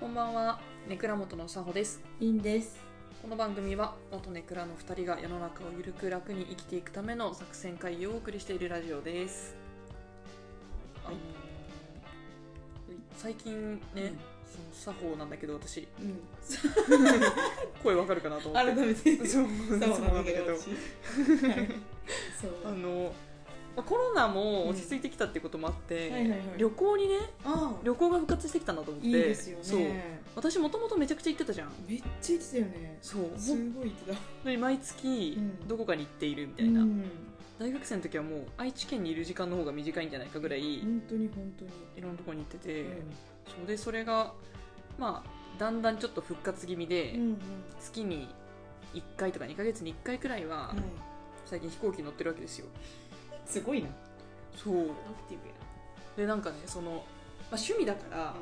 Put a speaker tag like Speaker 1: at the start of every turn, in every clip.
Speaker 1: こんばんは、ネクラ元のさほです。
Speaker 2: いいんです。
Speaker 1: この番組は元ネクラの2人が世の中をゆるく楽に生きていくための作戦会議をお送りしているラジオです。あのー最近ね、
Speaker 2: うん
Speaker 1: その作法なんだけど私
Speaker 2: うん。
Speaker 1: 声わかるかなと思っ
Speaker 2: 改
Speaker 1: て。
Speaker 2: めて。
Speaker 1: そうそう
Speaker 2: そう
Speaker 1: な
Speaker 2: なんんだ
Speaker 1: だけ
Speaker 2: け
Speaker 1: ど
Speaker 2: ど。私そう。
Speaker 1: あ
Speaker 2: は
Speaker 1: のまあコロナも落ち着いてきたってこともあって、
Speaker 2: いはいはい。
Speaker 1: 旅行にね
Speaker 2: ああ、
Speaker 1: 旅行が復活してきたなと思って
Speaker 2: いいですよね。
Speaker 1: そう私もともとめちゃくちゃ行ってたじゃん
Speaker 2: めっちゃ行ってたよね。
Speaker 1: そう
Speaker 2: す
Speaker 1: 本
Speaker 2: ごい行ってた。
Speaker 1: 当に毎月
Speaker 2: うん
Speaker 1: どこかに行っているみたいな、
Speaker 2: うん。
Speaker 1: 大学生の時はもう愛知県にいる時間の方が短いんじゃないかぐらい、い
Speaker 2: 本当に本当に。
Speaker 1: ろんなとこに行ってて、
Speaker 2: うん
Speaker 1: そうでそれがまあだんだんちょっと復活気味で、
Speaker 2: うんうん。
Speaker 1: 月に1回とか2ヶ月に1回くらいは、
Speaker 2: はい
Speaker 1: 最近飛行機乗ってるわけですよ
Speaker 2: すごいな。
Speaker 1: そう
Speaker 2: アクティブや。
Speaker 1: でなんかねその、まあ、趣味だから、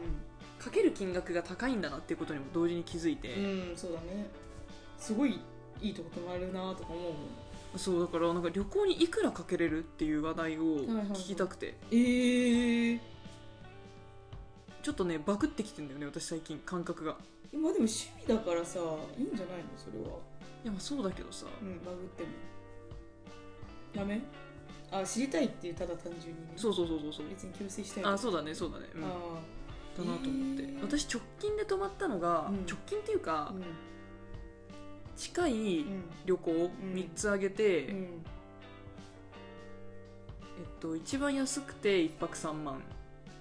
Speaker 1: かける金額が高いんだなっていうことにも同時に気づいて、
Speaker 2: うん、そうだね。すごいいいとこ泊まるなとか思うもん。
Speaker 1: そうだからなんか旅行にいくらかけれるっていう話題を
Speaker 2: はいはい
Speaker 1: 聞きたくて、
Speaker 2: ええー。
Speaker 1: ちょっとねバクってきてんだよね私最近感覚が
Speaker 2: まあでも趣味だからさ、いいんじゃないのそれは。
Speaker 1: いやまあそうだけどさ、
Speaker 2: うん、バグっても。ダメあ、知りたいっていう、ただ単純にね。
Speaker 1: そうそうそうそうそう
Speaker 2: 別に強制したいとか
Speaker 1: あそうだねそうだね、うん、だな
Speaker 2: あ
Speaker 1: と思って、
Speaker 2: へー
Speaker 1: 私直近で泊まったのが、
Speaker 2: うん
Speaker 1: 直近っていう
Speaker 2: あ
Speaker 1: か、
Speaker 2: うん
Speaker 1: 近い
Speaker 2: うん
Speaker 1: 旅行
Speaker 2: ん
Speaker 1: 3つあげて、
Speaker 2: う
Speaker 1: えっ
Speaker 2: ん
Speaker 1: と一番安くて1泊3万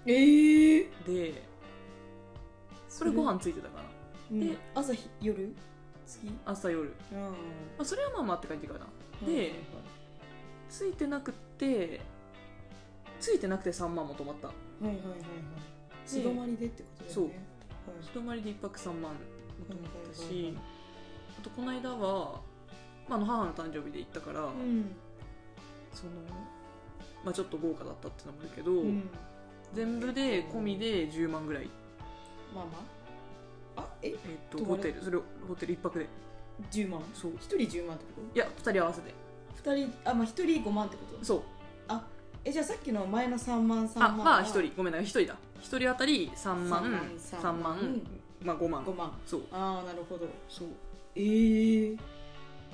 Speaker 2: ええ
Speaker 1: でそれご飯ついてたかな
Speaker 2: で朝日夜月
Speaker 1: 朝夜、
Speaker 2: ああ
Speaker 1: まあ、それはまあまあって感じかなでついてなくてついてなくて3万も泊まった
Speaker 2: はいはいはいはいはい素泊まりでってことだよね
Speaker 1: そう
Speaker 2: はい
Speaker 1: 日泊まりで1泊3万も泊まった
Speaker 2: はいはい
Speaker 1: し
Speaker 2: はい
Speaker 1: あとこの間は、まあ、あの母の誕生日で行ったから、
Speaker 2: うん
Speaker 1: その、まあ、ちょっと豪華だったっていうのもあるけど、
Speaker 2: うん
Speaker 1: 全部で込みで10万ぐらい、
Speaker 2: ママあえ
Speaker 1: えっと
Speaker 2: 泊
Speaker 1: ホ
Speaker 2: まる
Speaker 1: テルそれをホテル1泊で
Speaker 2: 10万
Speaker 1: そう
Speaker 2: 一人10万ってこ
Speaker 1: いや2人合わせて
Speaker 2: と二人あまあ一人5万ってこと
Speaker 1: そう
Speaker 2: えじゃあさっきの前の3万3
Speaker 1: あ
Speaker 2: 万
Speaker 1: まあ
Speaker 2: は
Speaker 1: 1人ごめんなさい1人だ1人当たり3万
Speaker 2: 3
Speaker 1: 3
Speaker 2: 万
Speaker 1: 万
Speaker 2: 3万
Speaker 1: まあ5万
Speaker 2: 5万
Speaker 1: そう
Speaker 2: ああなるほど
Speaker 1: そう
Speaker 2: ええ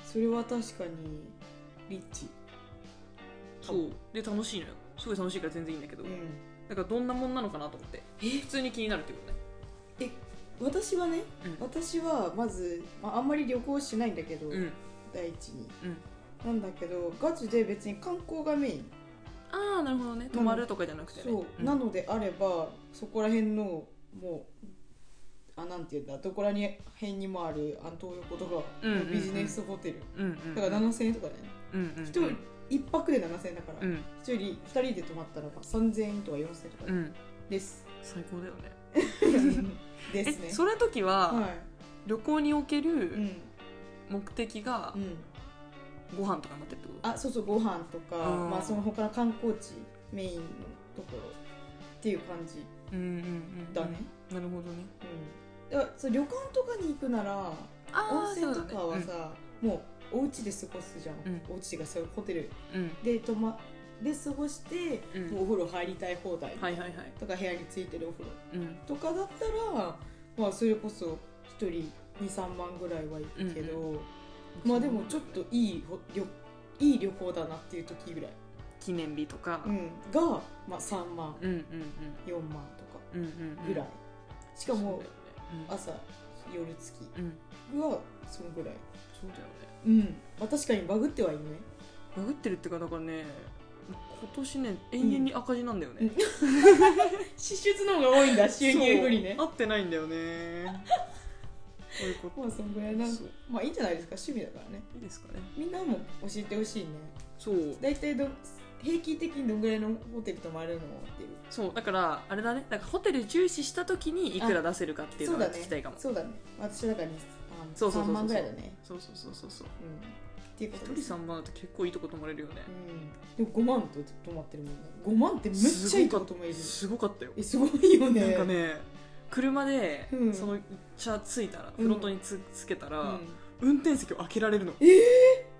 Speaker 2: それは確かにリッチ
Speaker 1: そうで楽しいのよすごい楽しいから全然いいんだけど、
Speaker 2: うん
Speaker 1: だからどんなもんなのかなと思って普通に気になるってことね
Speaker 2: 私はね、
Speaker 1: うん
Speaker 2: 私はまず、まあ、あんまり旅行しないんだけど、
Speaker 1: うん
Speaker 2: 第一に、
Speaker 1: うん
Speaker 2: なんだけどガチで別に観光がメイン、
Speaker 1: ああなるほどね泊まるとかじゃなくてね
Speaker 2: そう、
Speaker 1: ん
Speaker 2: なのであればそこら辺のもうあなんていうんだどこら辺にもあるあの東横とか、
Speaker 1: うんうんうん
Speaker 2: ビジネスホテル
Speaker 1: うんうん
Speaker 2: だから7000円とかだよね、
Speaker 1: うんうんうん
Speaker 2: 一人一泊で7000円だから、
Speaker 1: う
Speaker 2: 一
Speaker 1: ん
Speaker 2: 人二人で泊まったらば3000円とか4000円と
Speaker 1: う
Speaker 2: か
Speaker 1: ん
Speaker 2: です、
Speaker 1: 最高だよね
Speaker 2: ですね
Speaker 1: えそれ時は
Speaker 2: は
Speaker 1: 旅行におけ
Speaker 2: い、うん
Speaker 1: る目的が
Speaker 2: うん
Speaker 1: ご飯とかになってるってこと
Speaker 2: あそうそうご飯とか
Speaker 1: うん
Speaker 2: まあ、その他の観光地メインのところっていう感じ
Speaker 1: うんうんうん
Speaker 2: だね、
Speaker 1: なるほどね
Speaker 2: うんだからそう旅館とかに行くなら温
Speaker 1: あー
Speaker 2: 泉とかは
Speaker 1: そうだね
Speaker 2: さ、もうお家で過ごすじゃん、
Speaker 1: うん
Speaker 2: お家っていうかそういうホテル
Speaker 1: うん
Speaker 2: で泊まで過ごして、
Speaker 1: うん
Speaker 2: もうお風呂入りたい放題
Speaker 1: うんはいはいはい
Speaker 2: とか部屋についてるお風呂
Speaker 1: うん
Speaker 2: とかだったらまあそれこそ1人23万ぐらいはいくけど、
Speaker 1: う
Speaker 2: まあでもちょっといいほ旅いい旅行だなっていう時ぐらい。
Speaker 1: 記念日とか
Speaker 2: うん、が、まあ、3万
Speaker 1: うんうん
Speaker 2: 4万とか
Speaker 1: うんうんうんうん
Speaker 2: ぐらい、しかも
Speaker 1: あ
Speaker 2: 朝夜付き
Speaker 1: うん
Speaker 2: はそのぐらい
Speaker 1: そうだよね
Speaker 2: うん、まあ、確かにバグってはいるね
Speaker 1: バグってるってかだからね今年ね永遠に赤字なんだよね、
Speaker 2: うん支出の方が 多いんだ収入よりね
Speaker 1: そう合ってないんだ よねこういうこと
Speaker 2: まあそのぐらいな
Speaker 1: そう
Speaker 2: まあいいんじゃないですか趣味だからね
Speaker 1: いいですかね
Speaker 2: みんなも教えてほしいね
Speaker 1: そう
Speaker 2: 大体ど平均的にどんぐらいのホテル泊まるのっていう
Speaker 1: そうだからあれだねなんかホテル重視した時にいくら出せるかっていう
Speaker 2: そ
Speaker 1: の
Speaker 2: う
Speaker 1: が
Speaker 2: だね
Speaker 1: 聞きたいかも
Speaker 2: そうだね私だからにあの
Speaker 1: そうそうそうそう
Speaker 2: 3万ぐらいだね
Speaker 1: そうそうそうそうそう
Speaker 2: うんっていうこと
Speaker 1: 一
Speaker 2: で
Speaker 1: 人
Speaker 2: す
Speaker 1: 三万だと結構いいとこ泊まれるよね
Speaker 2: うん、でも5万と止まってるもんね5万ってめっちゃいいとこ泊まれる
Speaker 1: すごかったよ
Speaker 2: えすごいよね
Speaker 1: なんかね車で、
Speaker 2: うん
Speaker 1: その車着いたら
Speaker 2: うん
Speaker 1: フロントにつ,、つけたら、
Speaker 2: うん
Speaker 1: 運転席を開けられるの
Speaker 2: え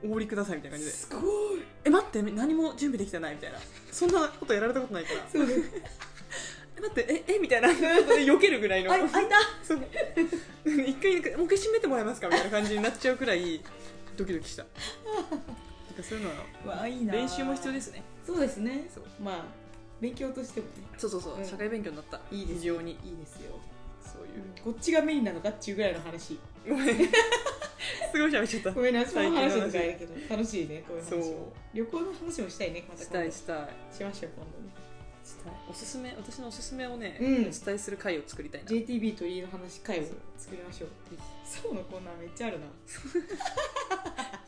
Speaker 1: お降りくださいみたいな感
Speaker 2: ー、
Speaker 1: じです
Speaker 2: ごい
Speaker 1: え待って何も準備できてないみたいなそんなことやられたことないから
Speaker 2: そうね
Speaker 1: え待っってええみたいな避けるぐらいの
Speaker 2: あい開いた
Speaker 1: そう一回なんかもう一回閉めてもらえますかみたいな感じになっちゃうくらいドキドキしたなんかそういうのは
Speaker 2: わあいいな
Speaker 1: 練習も必要ですね
Speaker 2: そうですね
Speaker 1: そう
Speaker 2: まあ勉強としてもね
Speaker 1: そうそうそう、
Speaker 2: うん
Speaker 1: 社会勉強になった
Speaker 2: いいです
Speaker 1: 非常に
Speaker 2: いいですよ、
Speaker 1: そういう
Speaker 2: こっちがメインなのかっちゅうぐらいの話
Speaker 1: ごめんすごい喋っちゃった
Speaker 2: ごめんなその話
Speaker 1: 最近の
Speaker 2: とか
Speaker 1: 話
Speaker 2: やけど楽しいねこういう話
Speaker 1: そう
Speaker 2: も旅行の話もしたいねまた
Speaker 1: した
Speaker 2: 今
Speaker 1: い
Speaker 2: 度
Speaker 1: したい
Speaker 2: しましょう今度ね
Speaker 1: したいおすすめ私のおすすめをね、
Speaker 2: うん
Speaker 1: お伝えする回を作りたいな
Speaker 2: JTB 鳥居の話会を作りましょう
Speaker 1: ぜひ
Speaker 2: そうのコーナーめっちゃあるな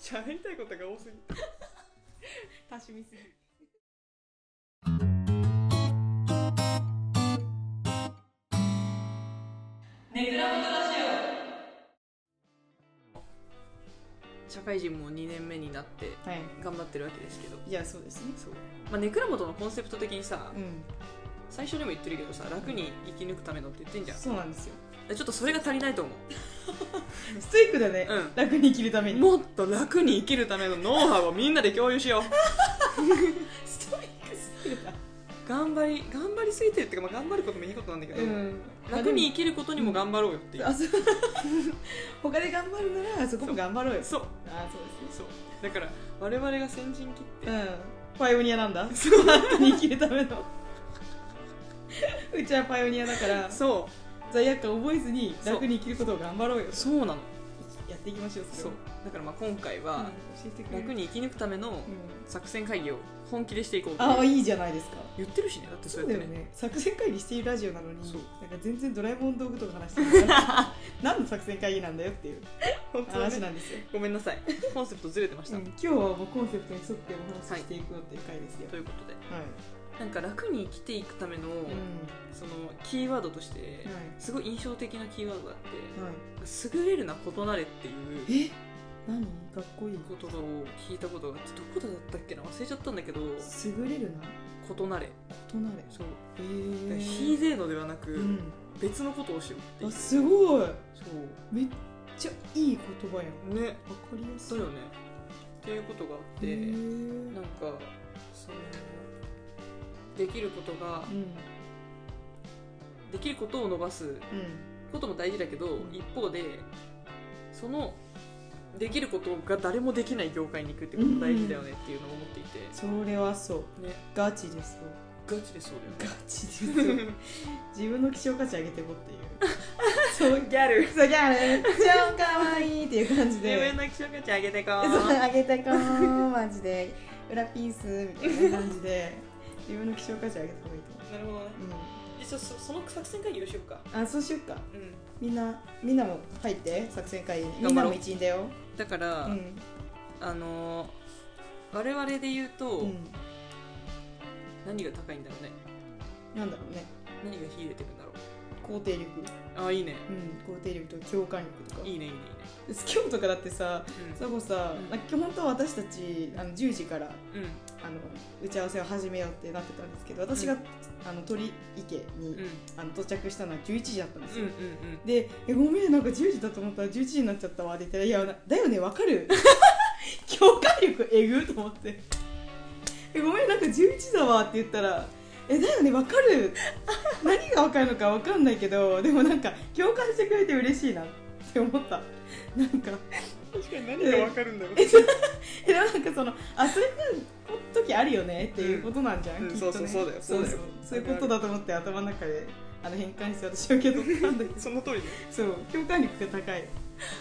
Speaker 1: 喋りたいことが多すぎて
Speaker 2: 多趣味すぎる
Speaker 1: 社会人も2年目になって
Speaker 2: はい
Speaker 1: 頑張ってるわけですけど
Speaker 2: いやそうですね
Speaker 1: そう、まあ、ネクラ元のコンセプト的にさ、
Speaker 2: うん
Speaker 1: 最初でも言ってるけどさ楽に生き抜くためのって言ってんじゃん
Speaker 2: そうなんですよ
Speaker 1: えちょっとそれが足りないと思
Speaker 2: ストイックだね、
Speaker 1: うん
Speaker 2: 楽に生きるため
Speaker 1: う
Speaker 2: に
Speaker 1: もっと楽に生きるためのノウハウをみんなで共有しよう
Speaker 2: ストイックすぎるな
Speaker 1: 頑張り頑張りすぎてるっていうか、まあ、頑張ることもいいことなんだけど、
Speaker 2: うん
Speaker 1: 楽に生きることにも頑張ろうよっていう、
Speaker 2: あそう他で頑張るならそこも頑張ろうよ
Speaker 1: そう
Speaker 2: あそうですね
Speaker 1: そうだから我々が先陣切って、
Speaker 2: うんパイオニアなんだそう 楽に生きるためのうちはパイオニアだから
Speaker 1: そ
Speaker 2: 罪悪感覚えずに
Speaker 1: そう
Speaker 2: 楽に生きることを頑張ろうよ
Speaker 1: うそうなの
Speaker 2: やっていきましょうそ
Speaker 1: そ
Speaker 2: れ
Speaker 1: う
Speaker 2: を
Speaker 1: だからまあ今回
Speaker 2: うん
Speaker 1: は
Speaker 2: 教えてくれる
Speaker 1: 楽に生き抜くための
Speaker 2: うん
Speaker 1: 作戦会議を本気でしていこう
Speaker 2: ああ
Speaker 1: って
Speaker 2: いいじゃないですか
Speaker 1: 言ってるしねだってそ
Speaker 2: そうう
Speaker 1: や
Speaker 2: だ
Speaker 1: っ
Speaker 2: よ
Speaker 1: てね
Speaker 2: ね作戦会議しているラジオなのになん
Speaker 1: そう
Speaker 2: か全然ドラえもん道具とか話してるから 何の作戦会議なんだよっていう
Speaker 1: 本当だ
Speaker 2: 話
Speaker 1: ね
Speaker 2: なんですよ
Speaker 1: ごめんなさ いコンセプトずれてました、
Speaker 2: うん今日はもうコンセプトに沿ってお話ししていくのっていう回ですよ
Speaker 1: ということで
Speaker 2: はい、
Speaker 1: なんか楽に生きていくための、
Speaker 2: うん
Speaker 1: そのキーワードとして、
Speaker 2: はい
Speaker 1: すごい印象的なキーワードがあ
Speaker 2: は
Speaker 1: って「優れるな異なれ」っていう
Speaker 2: い、え何かっこいい
Speaker 1: 言葉を聞いたことがあってどこでだったっけな忘れちゃったんだけど「
Speaker 2: 優れるな
Speaker 1: 異なれ
Speaker 2: 異なれ」
Speaker 1: そう
Speaker 2: え
Speaker 1: だから
Speaker 2: ー、
Speaker 1: 非税のではなく、
Speaker 2: うん
Speaker 1: 別のことをしようっていう
Speaker 2: あすごい
Speaker 1: そう
Speaker 2: めっちゃいい言葉やんわ
Speaker 1: ね
Speaker 2: かりやす
Speaker 1: だ
Speaker 2: い
Speaker 1: よねっていうことがあって、
Speaker 2: へー
Speaker 1: なんかそのできることが、
Speaker 2: うん
Speaker 1: できることを伸ばす
Speaker 2: うん
Speaker 1: ことも大事だけど、
Speaker 2: うん
Speaker 1: 一方でそのできることが誰もできない業界に行くってことも大事だよねっていうのを思っていて、
Speaker 2: それはそう
Speaker 1: ね
Speaker 2: ガ チですよ
Speaker 1: ガチでそう
Speaker 2: ガチです
Speaker 1: だよ
Speaker 2: よ
Speaker 1: ね
Speaker 2: 自分の希少価値上げてこっていうそう
Speaker 1: ギャ ル
Speaker 2: そうギャル超可愛いっていう感じ
Speaker 1: 自分
Speaker 2: で
Speaker 1: の気象価値上げてこ
Speaker 2: そう
Speaker 1: う
Speaker 2: あげたかもマジで裏ピースみたいな感じで自分の希少価値上げた方がいいと
Speaker 1: なるほどね
Speaker 2: 思う、
Speaker 1: そそその作戦会議をしようか
Speaker 2: うん、あそうしよっか
Speaker 1: うん
Speaker 2: みんなみんなも入って作戦会議にみ
Speaker 1: 頑
Speaker 2: ん
Speaker 1: 張
Speaker 2: な
Speaker 1: ろう
Speaker 2: も一員だよ
Speaker 1: だか
Speaker 2: う
Speaker 1: ら、
Speaker 2: ん
Speaker 1: あのー我々で言うと、
Speaker 2: うん
Speaker 1: 何が高いんだろうね
Speaker 2: なんだろうね
Speaker 1: 何が秀でてるんだろ
Speaker 2: 肯定力
Speaker 1: うあいいね
Speaker 2: うん肯定力と共感力とか
Speaker 1: いいねいいねいいね、
Speaker 2: 今日とかだってさ
Speaker 1: う
Speaker 2: そこさ
Speaker 1: うん
Speaker 2: なんか本当は私たちあの10時から
Speaker 1: んうん
Speaker 2: あの打ち合わせを始めようってなってたんですけど私が、
Speaker 1: うん
Speaker 2: あの鳥池
Speaker 1: う
Speaker 2: に、
Speaker 1: ん
Speaker 2: あの到着したのは11時だったんです
Speaker 1: うん
Speaker 2: よ、
Speaker 1: うん
Speaker 2: でえ「ごめんなんか10時だと思ったら11時になっちゃったわ」って言ったら「いやなだよねわか る共感力えぐ」と思って「えごめんなんか11時だわ」って言ったら「えだよねわかる 何がわかるのかわかんないけどでもなんか共感してくれて嬉しいな」って思ったなんか
Speaker 1: 確かに何
Speaker 2: がわ
Speaker 1: かるんだろう
Speaker 2: えでもなんかそのあそういう時あるよねっていうことなんじゃん、
Speaker 1: うん
Speaker 2: きっとね
Speaker 1: うんそうそうそうだよそうだよ
Speaker 2: そういうことだと思って頭の中であの変換して私は受け取ったんだけ ど
Speaker 1: その通りだよ
Speaker 2: そう共感力が高い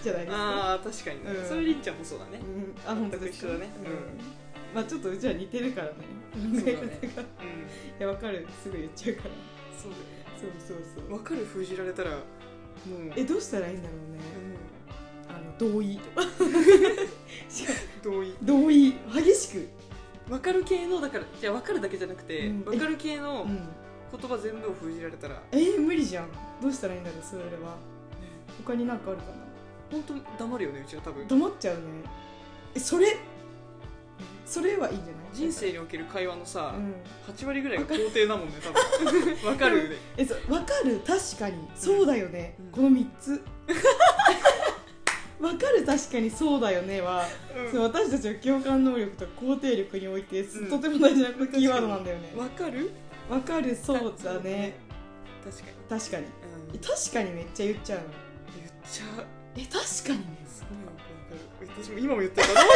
Speaker 2: じゃないですか
Speaker 1: ああ確かにね、
Speaker 2: うん
Speaker 1: それりんちゃんもそうだね
Speaker 2: うん、あ本当ですか
Speaker 1: 全く一緒だねうん
Speaker 2: まあちょっとうちは似てるからね
Speaker 1: そうだね
Speaker 2: 考え方が
Speaker 1: うん
Speaker 2: いやわかるすぐ言っちゃうから
Speaker 1: そうだよ
Speaker 2: そうそうそう
Speaker 1: 分かる封じられたらもう
Speaker 2: えどうしたらいいんだろうねあの同意 とかしかも
Speaker 1: 同意
Speaker 2: 同意激しく、
Speaker 1: 分かる系のだからじゃあ分かるだけじゃなくて、
Speaker 2: うん
Speaker 1: 分かる系の
Speaker 2: うん、
Speaker 1: 言葉全部を封じられたら、
Speaker 2: えー、無理じゃんどうしたらいいんだろうそれは他になんかあるかな
Speaker 1: 本当に黙るよねうちは多分
Speaker 2: 黙っちゃうねえそれそれはいいんじゃない
Speaker 1: 人生における会話のさ、
Speaker 2: うん
Speaker 1: 8割ぐらいが肯定だもんね多分 分かるよね
Speaker 2: えそ分かる確かにそうだよね、
Speaker 1: うん
Speaker 2: この3つ 分かる確かにそうだよねは、そう私たちの共感能力と肯定力において、す
Speaker 1: うん
Speaker 2: とても大事なキ
Speaker 1: 確かに
Speaker 2: ーワードなんだよね
Speaker 1: 分かる
Speaker 2: 分かるそうだね
Speaker 1: 確かに、
Speaker 2: 確かに
Speaker 1: うん、
Speaker 2: え
Speaker 1: 言っ
Speaker 2: 確かにめっちゃ言っちゃうの
Speaker 1: ちゃう
Speaker 2: え確かにね
Speaker 1: すごいわかる私も今も言ってたどうしよ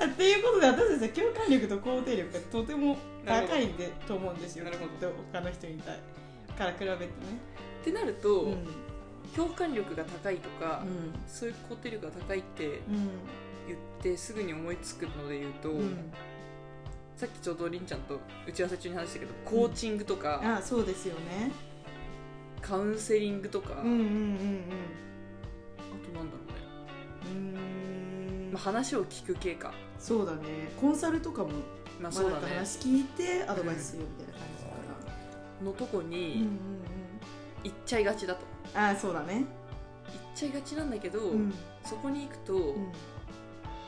Speaker 2: あっていうことで私たちは共感力と肯定力がとても
Speaker 1: なるほど
Speaker 2: 高いんでと思うんですよ
Speaker 1: なるほど
Speaker 2: きっと他の人に対から比べてね
Speaker 1: う ってなると、
Speaker 2: うん
Speaker 1: 共感力が高いとか、
Speaker 2: うん
Speaker 1: そういう肯定力が高いって
Speaker 2: う
Speaker 1: 言ってすぐに思いつくので言うと、
Speaker 2: んうん
Speaker 1: さっきちょうどりんちゃんと打ち合わせ中に話したけどコーチングとか、
Speaker 2: あそうですよね
Speaker 1: カウンセリングとか、
Speaker 2: うんうんうん
Speaker 1: あとなんだろうね、
Speaker 2: うんうーん
Speaker 1: まあ、話を聞く系か
Speaker 2: そうだねコンサルとかも
Speaker 1: まあ
Speaker 2: まあ
Speaker 1: そう
Speaker 2: な
Speaker 1: だ
Speaker 2: んか
Speaker 1: ね
Speaker 2: 話聞いてアドバイスするみたいな感じだから
Speaker 1: のとこ
Speaker 2: うんうん
Speaker 1: に行っちゃいがちだと
Speaker 2: うんあそうだ
Speaker 1: 行っ
Speaker 2: ね
Speaker 1: ちゃいがちなんだけど、
Speaker 2: うん
Speaker 1: そこに行くと、
Speaker 2: うん
Speaker 1: ま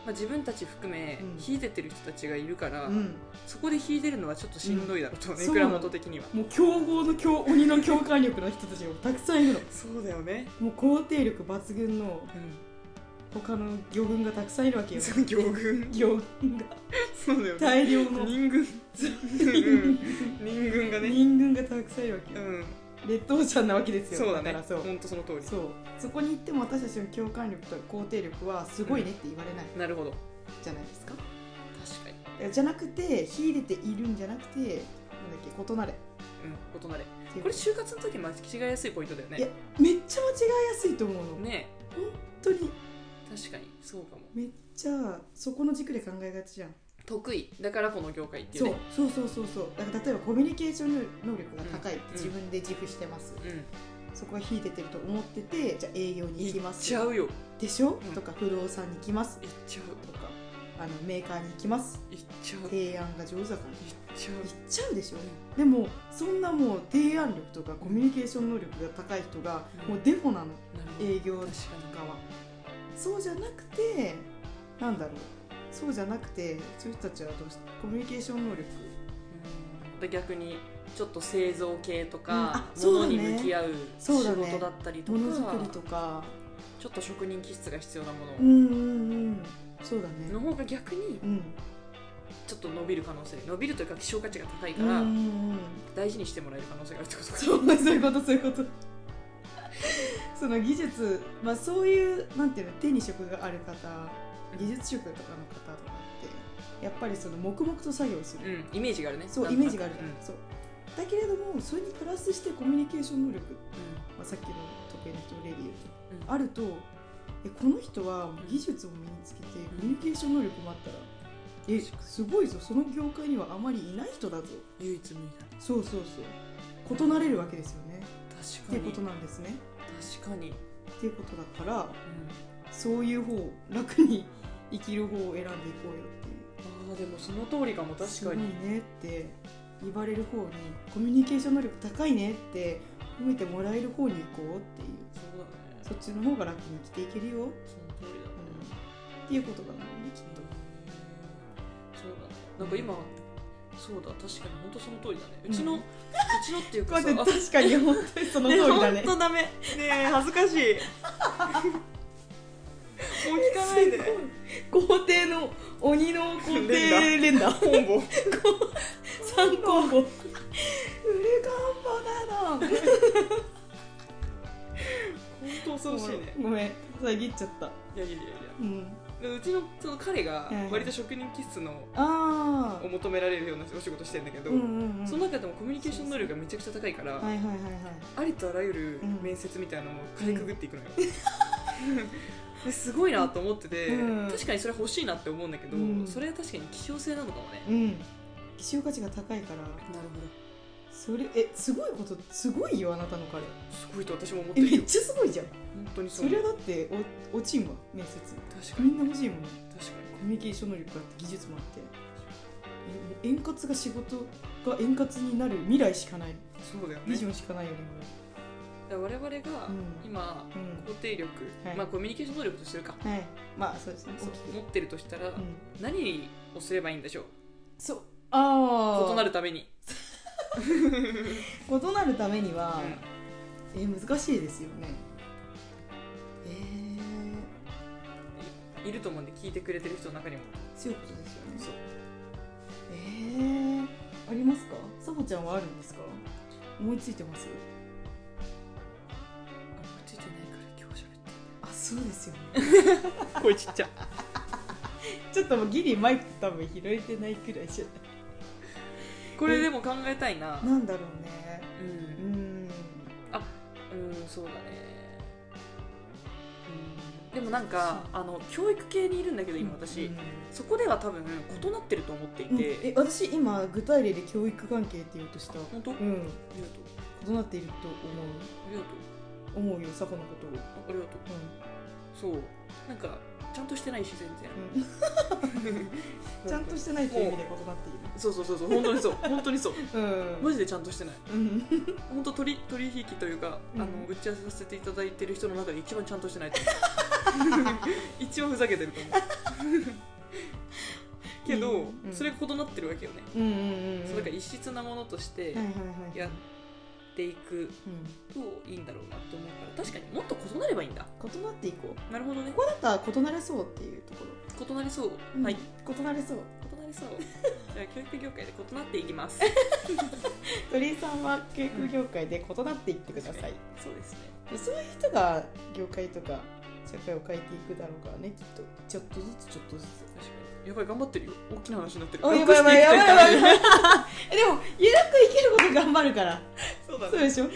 Speaker 1: あ、自分たち含め
Speaker 2: うん
Speaker 1: 引いてってる人たちがいるから、
Speaker 2: うん
Speaker 1: そこで引いてるのはちょっとしんどいだろうと、ね
Speaker 2: そうな
Speaker 1: 蔵
Speaker 2: の
Speaker 1: 元的には
Speaker 2: もう強豪の強鬼の共感力の人たちがたくさんいるの
Speaker 1: そうだよね
Speaker 2: もう肯定力抜群の
Speaker 1: うん
Speaker 2: 他の魚群がたくさんいるわ けよ
Speaker 1: その行軍
Speaker 2: 魚群が
Speaker 1: そうだよね
Speaker 2: 大量の
Speaker 1: 人軍うん人軍がね
Speaker 2: 人群がたくさんいるわけ
Speaker 1: う
Speaker 2: よ、
Speaker 1: ん
Speaker 2: 劣等者なわけですよ
Speaker 1: そうだね
Speaker 2: からそう
Speaker 1: ほんとその通り
Speaker 2: そうそこに行っても私たちの共感力と肯定力はすごいねって言われない
Speaker 1: なるほど
Speaker 2: じゃないですか、
Speaker 1: 確かに
Speaker 2: じゃなくて秀でているんじゃなくてなんだっけ異なれ
Speaker 1: うん異なれ
Speaker 2: っていう
Speaker 1: これ就活の時間違いやすいポイントだよ
Speaker 2: いや
Speaker 1: ね
Speaker 2: めっちゃ間違いやすいと思うの、
Speaker 1: ね
Speaker 2: 本当に
Speaker 1: 確かにそうかも
Speaker 2: めっちゃそこの軸で考えがちじゃん
Speaker 1: 得意だからこの業界っていう
Speaker 2: そう
Speaker 1: ね
Speaker 2: そうそうそうそうだから例えばコミュニケーション能力が高いって
Speaker 1: うん
Speaker 2: 自分で自負してます、
Speaker 1: うん
Speaker 2: そこが秀でてると思っててじゃあ営業に行き
Speaker 1: 行
Speaker 2: ま
Speaker 1: っ
Speaker 2: す
Speaker 1: ちゃうよ
Speaker 2: でしょ、
Speaker 1: うん
Speaker 2: とか不動産に行きます
Speaker 1: 行っちゃう
Speaker 2: とかあのメーカーに行きます
Speaker 1: 行っちゃう行っ
Speaker 2: 提案が上手だから
Speaker 1: ちゃう
Speaker 2: 行っちゃうでしょでもそんなもう提案力とかコミュニケーション能力が高い人が
Speaker 1: うん
Speaker 2: もうデフォなの
Speaker 1: なるほど
Speaker 2: 営業
Speaker 1: 確かに
Speaker 2: 側そうじゃなくてなんだろうそうじゃなくてそういう人たちはどうしコミュニケーション能力
Speaker 1: で逆にちょっと製造系とか、
Speaker 2: うんあそう
Speaker 1: 物
Speaker 2: だね
Speaker 1: に向き合う仕
Speaker 2: そうだね
Speaker 1: 事だったりと
Speaker 2: も
Speaker 1: か,、
Speaker 2: のづくりとか
Speaker 1: ちょっと職人気質が必要なも
Speaker 2: う
Speaker 1: の
Speaker 2: んうんうんそうだね
Speaker 1: の方が逆に
Speaker 2: うん
Speaker 1: ちょっと伸びる可能性伸びるというか希少価値が高いか
Speaker 2: うんう
Speaker 1: ら
Speaker 2: んうん
Speaker 1: 大事にしてもらえる可能性があるってことか
Speaker 2: そうそういうことそういうことその技術まあそういうなんていうの手に職がある方技術職とかの方とかってやっぱりその黙々と作業する
Speaker 1: うん、イメージがあるね
Speaker 2: そう
Speaker 1: なん
Speaker 2: イ
Speaker 1: と
Speaker 2: メ
Speaker 1: なく
Speaker 2: ージがあるじゃん、
Speaker 1: うん
Speaker 2: そうだけれどもそれにプラスしてコミュニケーション能力、まあ、さっきの得意な人レデ
Speaker 1: う
Speaker 2: ィ
Speaker 1: んうん
Speaker 2: あるとえこの人は技術を身につけてコミュニケーション能力もあったら、えすごいぞその業界にはあまりいない人だぞ
Speaker 1: 唯一無二だ
Speaker 2: そうそうそう異なれるわけですよねってい
Speaker 1: 確
Speaker 2: う
Speaker 1: かに
Speaker 2: ことなんですね
Speaker 1: 確かに、
Speaker 2: っていうことだから
Speaker 1: うん
Speaker 2: そういう方楽に生きる方を選んでいこうよっていう
Speaker 1: あーでもその通りかも確
Speaker 2: すご
Speaker 1: か
Speaker 2: い
Speaker 1: に、
Speaker 2: ねって言われる方にコミュニケーション能力高いねって褒めてもらえる方に行こう
Speaker 1: そ
Speaker 2: っていう
Speaker 1: うだね
Speaker 2: そっちの方が楽に生きていけるよ、うん、っ
Speaker 1: その通りだね、
Speaker 2: ていうことだもんねきっと
Speaker 1: そうだねなんか今そうだ確かに本当その通りだねうちの、
Speaker 2: う
Speaker 1: うんちのっていう
Speaker 2: こ
Speaker 1: か
Speaker 2: う
Speaker 1: さ
Speaker 2: やって確かに本当にその通りだね
Speaker 1: 本当ダメねえ恥ずかしいもう聞かないで
Speaker 2: 皇帝の鬼の皇帝連打
Speaker 1: 本坊
Speaker 2: 三 皇後ウルカンボだな
Speaker 1: 本当恐ろしいね
Speaker 2: ごめん遮っちゃった
Speaker 1: いやいやいやい
Speaker 2: うん
Speaker 1: やでうちのその彼が
Speaker 2: うん
Speaker 1: 割と職人気質の
Speaker 2: ああ
Speaker 1: を求められるようなお仕事してんだけど、
Speaker 2: うんうんうん
Speaker 1: その中でもコミュニケーション能力がめちゃくちゃ高いから、
Speaker 2: はいはいはいはい
Speaker 1: ありとあらゆる
Speaker 2: うん
Speaker 1: 面接みたいなのをかいくぐっていくのよ、 ですごいなと思ってて、
Speaker 2: うん
Speaker 1: 確かにそれ欲しいなって思うんだけど、
Speaker 2: うん
Speaker 1: それは確かに希少性なのかもね、
Speaker 2: うん希少価値が高いから
Speaker 1: なるほ
Speaker 2: それえすごいことすごいよあなたの彼
Speaker 1: どすごいと私も思って
Speaker 2: え
Speaker 1: る
Speaker 2: め
Speaker 1: よ
Speaker 2: っちゃすごいじゃん
Speaker 1: 本当に
Speaker 2: そりゃだってお落ちんわ面接
Speaker 1: 確か
Speaker 2: み
Speaker 1: に
Speaker 2: んな欲しいもんコ
Speaker 1: 確か
Speaker 2: ミュニケーション能力があって技術もあってえ円滑が仕事が円滑になる未来しかない
Speaker 1: にそうだよ
Speaker 2: ビ
Speaker 1: ね
Speaker 2: ジョンしかないよね
Speaker 1: だから我々が
Speaker 2: うん
Speaker 1: 今、
Speaker 2: 俺うん
Speaker 1: 肯定力、
Speaker 2: はい
Speaker 1: まあコミュニケーション能力とするか、
Speaker 2: はいまあそうですね
Speaker 1: そう
Speaker 2: 大きく
Speaker 1: 持ってるとしたら、
Speaker 2: うん
Speaker 1: 何をすればいいんでしょう
Speaker 2: そうああ
Speaker 1: 異なるために、
Speaker 2: 異なるために
Speaker 1: う
Speaker 2: は
Speaker 1: ん、
Speaker 2: え難しいですよねえ
Speaker 1: いると思うんで聞いてくれてる人の中にも
Speaker 2: ー、そういうことですよね
Speaker 1: そう
Speaker 2: えー、ありますかサボちゃんはあるんですか思いついてます
Speaker 1: あんまついてないから今日喋って
Speaker 2: あそうですよね
Speaker 1: 声ちっちゃ
Speaker 2: ちょっともうギリマイク多分拾えてないくらいじゃ
Speaker 1: これでも考えたいな
Speaker 2: ないなんだろうね
Speaker 1: う
Speaker 2: うんん
Speaker 1: うんそうだねうんでもなんかあの教育系にいるんだけど今私、
Speaker 2: うん
Speaker 1: そこでは多分異なってると思ってい
Speaker 2: うん
Speaker 1: て、
Speaker 2: え私今具体例で教育関係って言おうとした
Speaker 1: 本当、
Speaker 2: う
Speaker 1: あ
Speaker 2: ん
Speaker 1: りがとう
Speaker 2: 異なっていると
Speaker 1: ありがとう
Speaker 2: 思う思うよサボのことを
Speaker 1: あありがとうそうなんかちゃんとしてないし全然
Speaker 2: うん、うん、 ちゃんとしてないという意味で異なっている
Speaker 1: そうそうそうそう本当 にそう本当にそう
Speaker 2: うん
Speaker 1: マジでちゃんとしてない
Speaker 2: うん
Speaker 1: 本当取り取引というか、
Speaker 2: うん
Speaker 1: あの打ち合わせさせていただいてる人の中で一番ちゃんとしてないと 思う一番ふざけてると思うけど、
Speaker 2: うん
Speaker 1: それが異なってるわけよね、
Speaker 2: うんうんうん
Speaker 1: そうだから異質なものとして
Speaker 2: はいはいはい
Speaker 1: やっていく
Speaker 2: うん
Speaker 1: といいんだろうなと思うから確かにもっと異なればいいんだ
Speaker 2: 異なっていこう
Speaker 1: なるほどね
Speaker 2: ここだったら異なれそうっていうところ、
Speaker 1: 異なりそう、
Speaker 2: うん
Speaker 1: はい
Speaker 2: 異なれそう
Speaker 1: 異な りそうじゃあ教育業界で異なっていきます
Speaker 2: 鳥居さんは教育業界で異なっていってください、
Speaker 1: そうですね
Speaker 2: で そういう人が業界とか社会を変えていくだろうからねきっとちょっとずつちょっとずつ
Speaker 1: 確かにやばい頑張ってるよ大きな話になってる
Speaker 2: あやばい やばいやばいやばい でも
Speaker 1: い
Speaker 2: ゆるくいけること頑張るから
Speaker 1: そうだ
Speaker 2: そう
Speaker 1: ね
Speaker 2: でしょ
Speaker 1: うん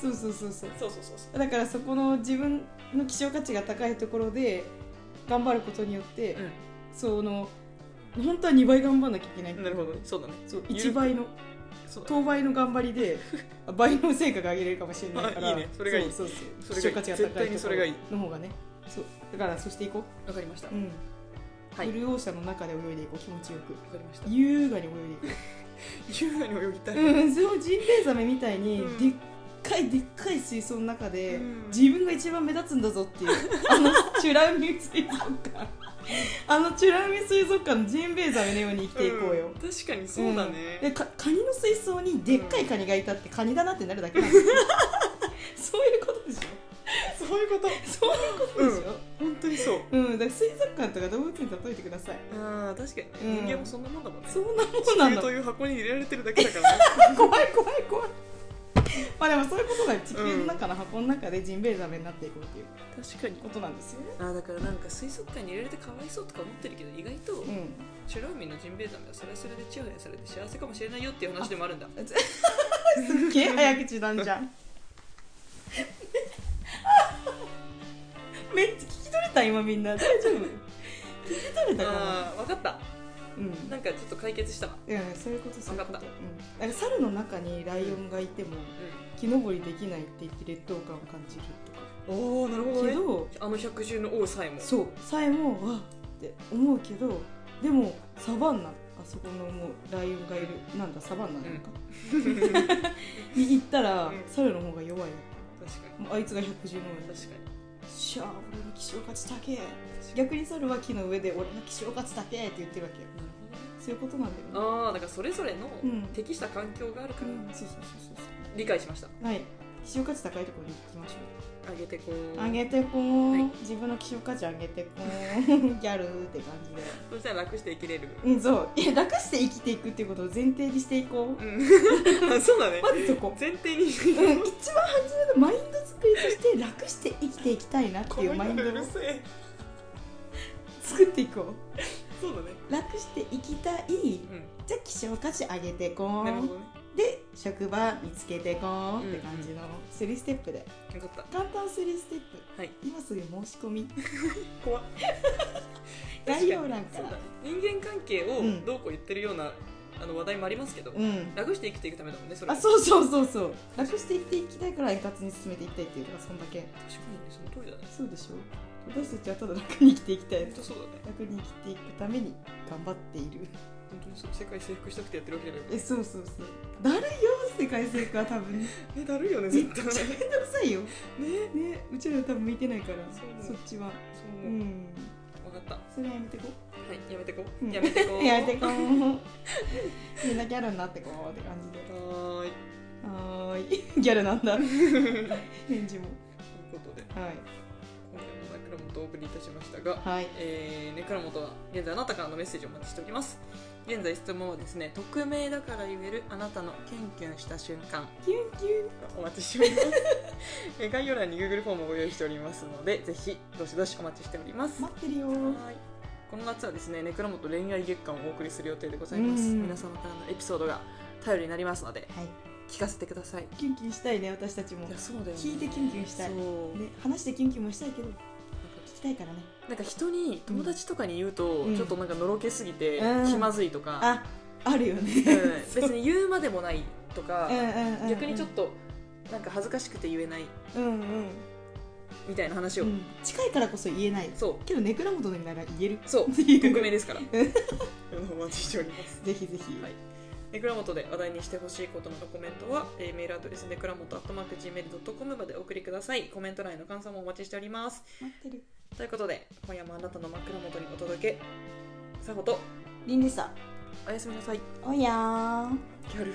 Speaker 2: そうそうそうそう
Speaker 1: そうそうそうそう
Speaker 2: だからそこの自分の希少価値が高いところで頑張ることによって、
Speaker 1: うん
Speaker 2: その本当は2倍頑張んなきゃいけない
Speaker 1: なるほどねそうだね
Speaker 2: そう
Speaker 1: ゆる
Speaker 2: 1倍の
Speaker 1: そうだね
Speaker 2: 当倍の頑張り で倍の成果が上げれるかもしれないから
Speaker 1: あいいねそれがいい
Speaker 2: そうそう
Speaker 1: それがいい
Speaker 2: 希少価値が
Speaker 1: 絶
Speaker 2: 高い
Speaker 1: 対にそれがいい
Speaker 2: ところの方がねそうだからそうしていこ
Speaker 1: わかりました
Speaker 2: う、うん
Speaker 1: はい
Speaker 2: ブルーオーシャンの中で泳いでいこう気持ちよく
Speaker 1: わかりました
Speaker 2: 優雅に泳いでいこ
Speaker 1: 優雅に泳ぎたい、
Speaker 2: ううんそれをジンベエザメみたいに、
Speaker 1: うん
Speaker 2: でっかいでっかい水槽の中で、
Speaker 1: うん
Speaker 2: 自分が一番目立つんだぞっていうあのチュラ海水 族館あのチュラ海水族館のジンベエザメのように生きていこうよ、
Speaker 1: ん確かにそうだね、
Speaker 2: でかカニの水槽にでっかいカニがいたってカニだなってなるだけなんですよ そういうことでしょ
Speaker 1: そういうこと
Speaker 2: そういうことでしょ、
Speaker 1: 本当にそう
Speaker 2: うんだから水族館とか動物に例えてください
Speaker 1: あー確かにね、
Speaker 2: う
Speaker 1: 人
Speaker 2: ん
Speaker 1: 間もそんなもんだもんね
Speaker 2: そんなもん
Speaker 1: 地
Speaker 2: な
Speaker 1: 球
Speaker 2: の
Speaker 1: という箱に入れられてるだけだ からね
Speaker 2: 怖い怖い怖いまあでもそういうことが地球の中の箱の中でジンベエザメになっていこうっていう
Speaker 1: 確かに
Speaker 2: ことなんですよね
Speaker 1: あーだからなんか水族館に入れられてかわいそうとか思ってるけど意外と
Speaker 2: うん
Speaker 1: シュラウミのジンベエザメはそれはそれでチヤホヤされて幸せかもしれないよっていう話でもあるんだ
Speaker 2: すっげえ早口なんじゃんめっちゃ聞き取れた今みんな大丈夫聞き取れたかな
Speaker 1: あー分か った
Speaker 2: うん
Speaker 1: なんかちょっと解決したわ
Speaker 2: いやそういうことそういうこと
Speaker 1: わかっ
Speaker 2: うん、だから猿の中にライオンがいても木登りできないって言って劣等感を感じる
Speaker 1: うんおーなる
Speaker 2: とかけど
Speaker 1: あの百獣の王さえも
Speaker 2: そうさえもわっって思うけどでもサバンナあそこのもうライオンがいるなんだサバンナなのか、
Speaker 1: 確かに
Speaker 2: に行ったら
Speaker 1: うん
Speaker 2: 猿の方が弱いよ
Speaker 1: 確か
Speaker 2: もうあいつが百獣の
Speaker 1: に
Speaker 2: 上だししゃあ俺の希少価値高え逆に猿は木の上で俺の希少価値高えって言ってるわけよ
Speaker 1: なる
Speaker 2: そういうことなんだよね
Speaker 1: ほどねああだからそれぞれの
Speaker 2: うん
Speaker 1: 適した環境があるから
Speaker 2: うんそうそうそうそうそ
Speaker 1: 理解しました
Speaker 2: うはい希少価値高いところに行きましょう
Speaker 1: あげてこう
Speaker 2: 上げてこう、
Speaker 1: はい
Speaker 2: 自分の希少価値上げてこう ギャルって感じで
Speaker 1: そしたら楽して生きれる
Speaker 2: うんそういや楽して生きていくっていうことを前提にしていこ
Speaker 1: う
Speaker 2: う
Speaker 1: ん あそう だね
Speaker 2: まずそこ、
Speaker 1: 前提に
Speaker 2: うん、一番初めのマインド作りとして楽して生きていきたいなっていうマインドを
Speaker 1: うるせえ
Speaker 2: 作っていこ
Speaker 1: そうだね
Speaker 2: う楽して生きたい
Speaker 1: うん
Speaker 2: じゃあ希少価値上げてこ
Speaker 1: なるほ
Speaker 2: う
Speaker 1: どね
Speaker 2: で職場見つけてこうって感じの3ステップで
Speaker 1: よかった
Speaker 2: 簡単3ステップ、
Speaker 1: はい
Speaker 2: 今すぐ申し込み
Speaker 1: 怖っ
Speaker 2: 概要欄か
Speaker 1: そうだ
Speaker 2: ら
Speaker 1: ね人間関係
Speaker 2: う
Speaker 1: を
Speaker 2: ん
Speaker 1: どうこう言ってるようなあの話題もありますけど
Speaker 2: うん
Speaker 1: 楽して生きていくためだもんねそれ
Speaker 2: あ
Speaker 1: う
Speaker 2: そうそうそうそう楽して生きていきたいから円滑に進めていきたいっていうのがそんだけ
Speaker 1: 確かにねその通りだね
Speaker 2: そうでしょ私たちはただ楽に生きていきたい
Speaker 1: 本当そうだね
Speaker 2: 楽に生きていくために頑張っている
Speaker 1: 本当にそう世界征服したくてやってるわけじゃない
Speaker 2: えそうそうそうだるいよ世界成果は多 分め
Speaker 1: えだるいよね
Speaker 2: っちゃめ
Speaker 1: 絶
Speaker 2: んど
Speaker 1: 対
Speaker 2: く
Speaker 1: ね
Speaker 2: さいよ
Speaker 1: ね
Speaker 2: ねうちらは多分向いてないから
Speaker 1: そ
Speaker 2: そうっちは
Speaker 1: そう
Speaker 2: う
Speaker 1: 思うん分かったは
Speaker 2: それはやめてこ
Speaker 1: いやめてこ
Speaker 2: うん
Speaker 1: やめてこ
Speaker 2: う やめてこう みんなギャルになってこうって感じで
Speaker 1: はーい
Speaker 2: は ーいギャルなんだ返事も
Speaker 1: ということで
Speaker 2: はい
Speaker 1: 今回も枕元とお送りいたしましたが、
Speaker 2: はい
Speaker 1: えー、ネクラモトは現在あなたからのメッセージをお待ちしております現在質問はですね匿名だから言えるあなたのキュンキュンした瞬間
Speaker 2: キュンキュン
Speaker 1: お待ちしております えー概要欄に Google フォームをご用意しておりますのでぜひどしどしお待ちしております
Speaker 2: 待ってるよ
Speaker 1: はいこの夏はですねネクラモト恋愛月間をお送りする予定でございます
Speaker 2: うん
Speaker 1: 皆様からのエピソードが頼りになりますので
Speaker 2: はい
Speaker 1: 聞かせてください
Speaker 2: キュンキュンしたいね私たちも
Speaker 1: いやそうだよね
Speaker 2: 聞いてキュンキュンしたい
Speaker 1: そう、
Speaker 2: ね話してキュンキュンもしたいけど聞きたいからね
Speaker 1: なんか人に友達とかに言うと、
Speaker 2: うん
Speaker 1: ちょっとなんかのろけすぎて
Speaker 2: うん
Speaker 1: 気まずいとか、
Speaker 2: ああるよね
Speaker 1: うん別に言うまでもないとか、逆
Speaker 2: 逆
Speaker 1: にちょっとなんか恥ずかしくて言えない
Speaker 2: うんうんうん
Speaker 1: みたいな話を、
Speaker 2: うん近いからこそ言えない
Speaker 1: そ
Speaker 2: けどネクラモトの意味なら言える
Speaker 1: う そう
Speaker 2: っていう
Speaker 1: 匿名ですから
Speaker 2: ん
Speaker 1: あのお待ちしております
Speaker 2: ぜひぜひ、
Speaker 1: はいネクラモトで話題にしてほしいことなどコメントは、えーメールアドレスネクラモトアットマーク Gmail.com までお送りくださいコメント欄への感想もお待ちしております
Speaker 2: 待ってる
Speaker 1: ということで今夜もあなたの枕元にお届けさほと
Speaker 2: リンでした
Speaker 1: おやすみなさい
Speaker 2: おやーん
Speaker 1: ギャル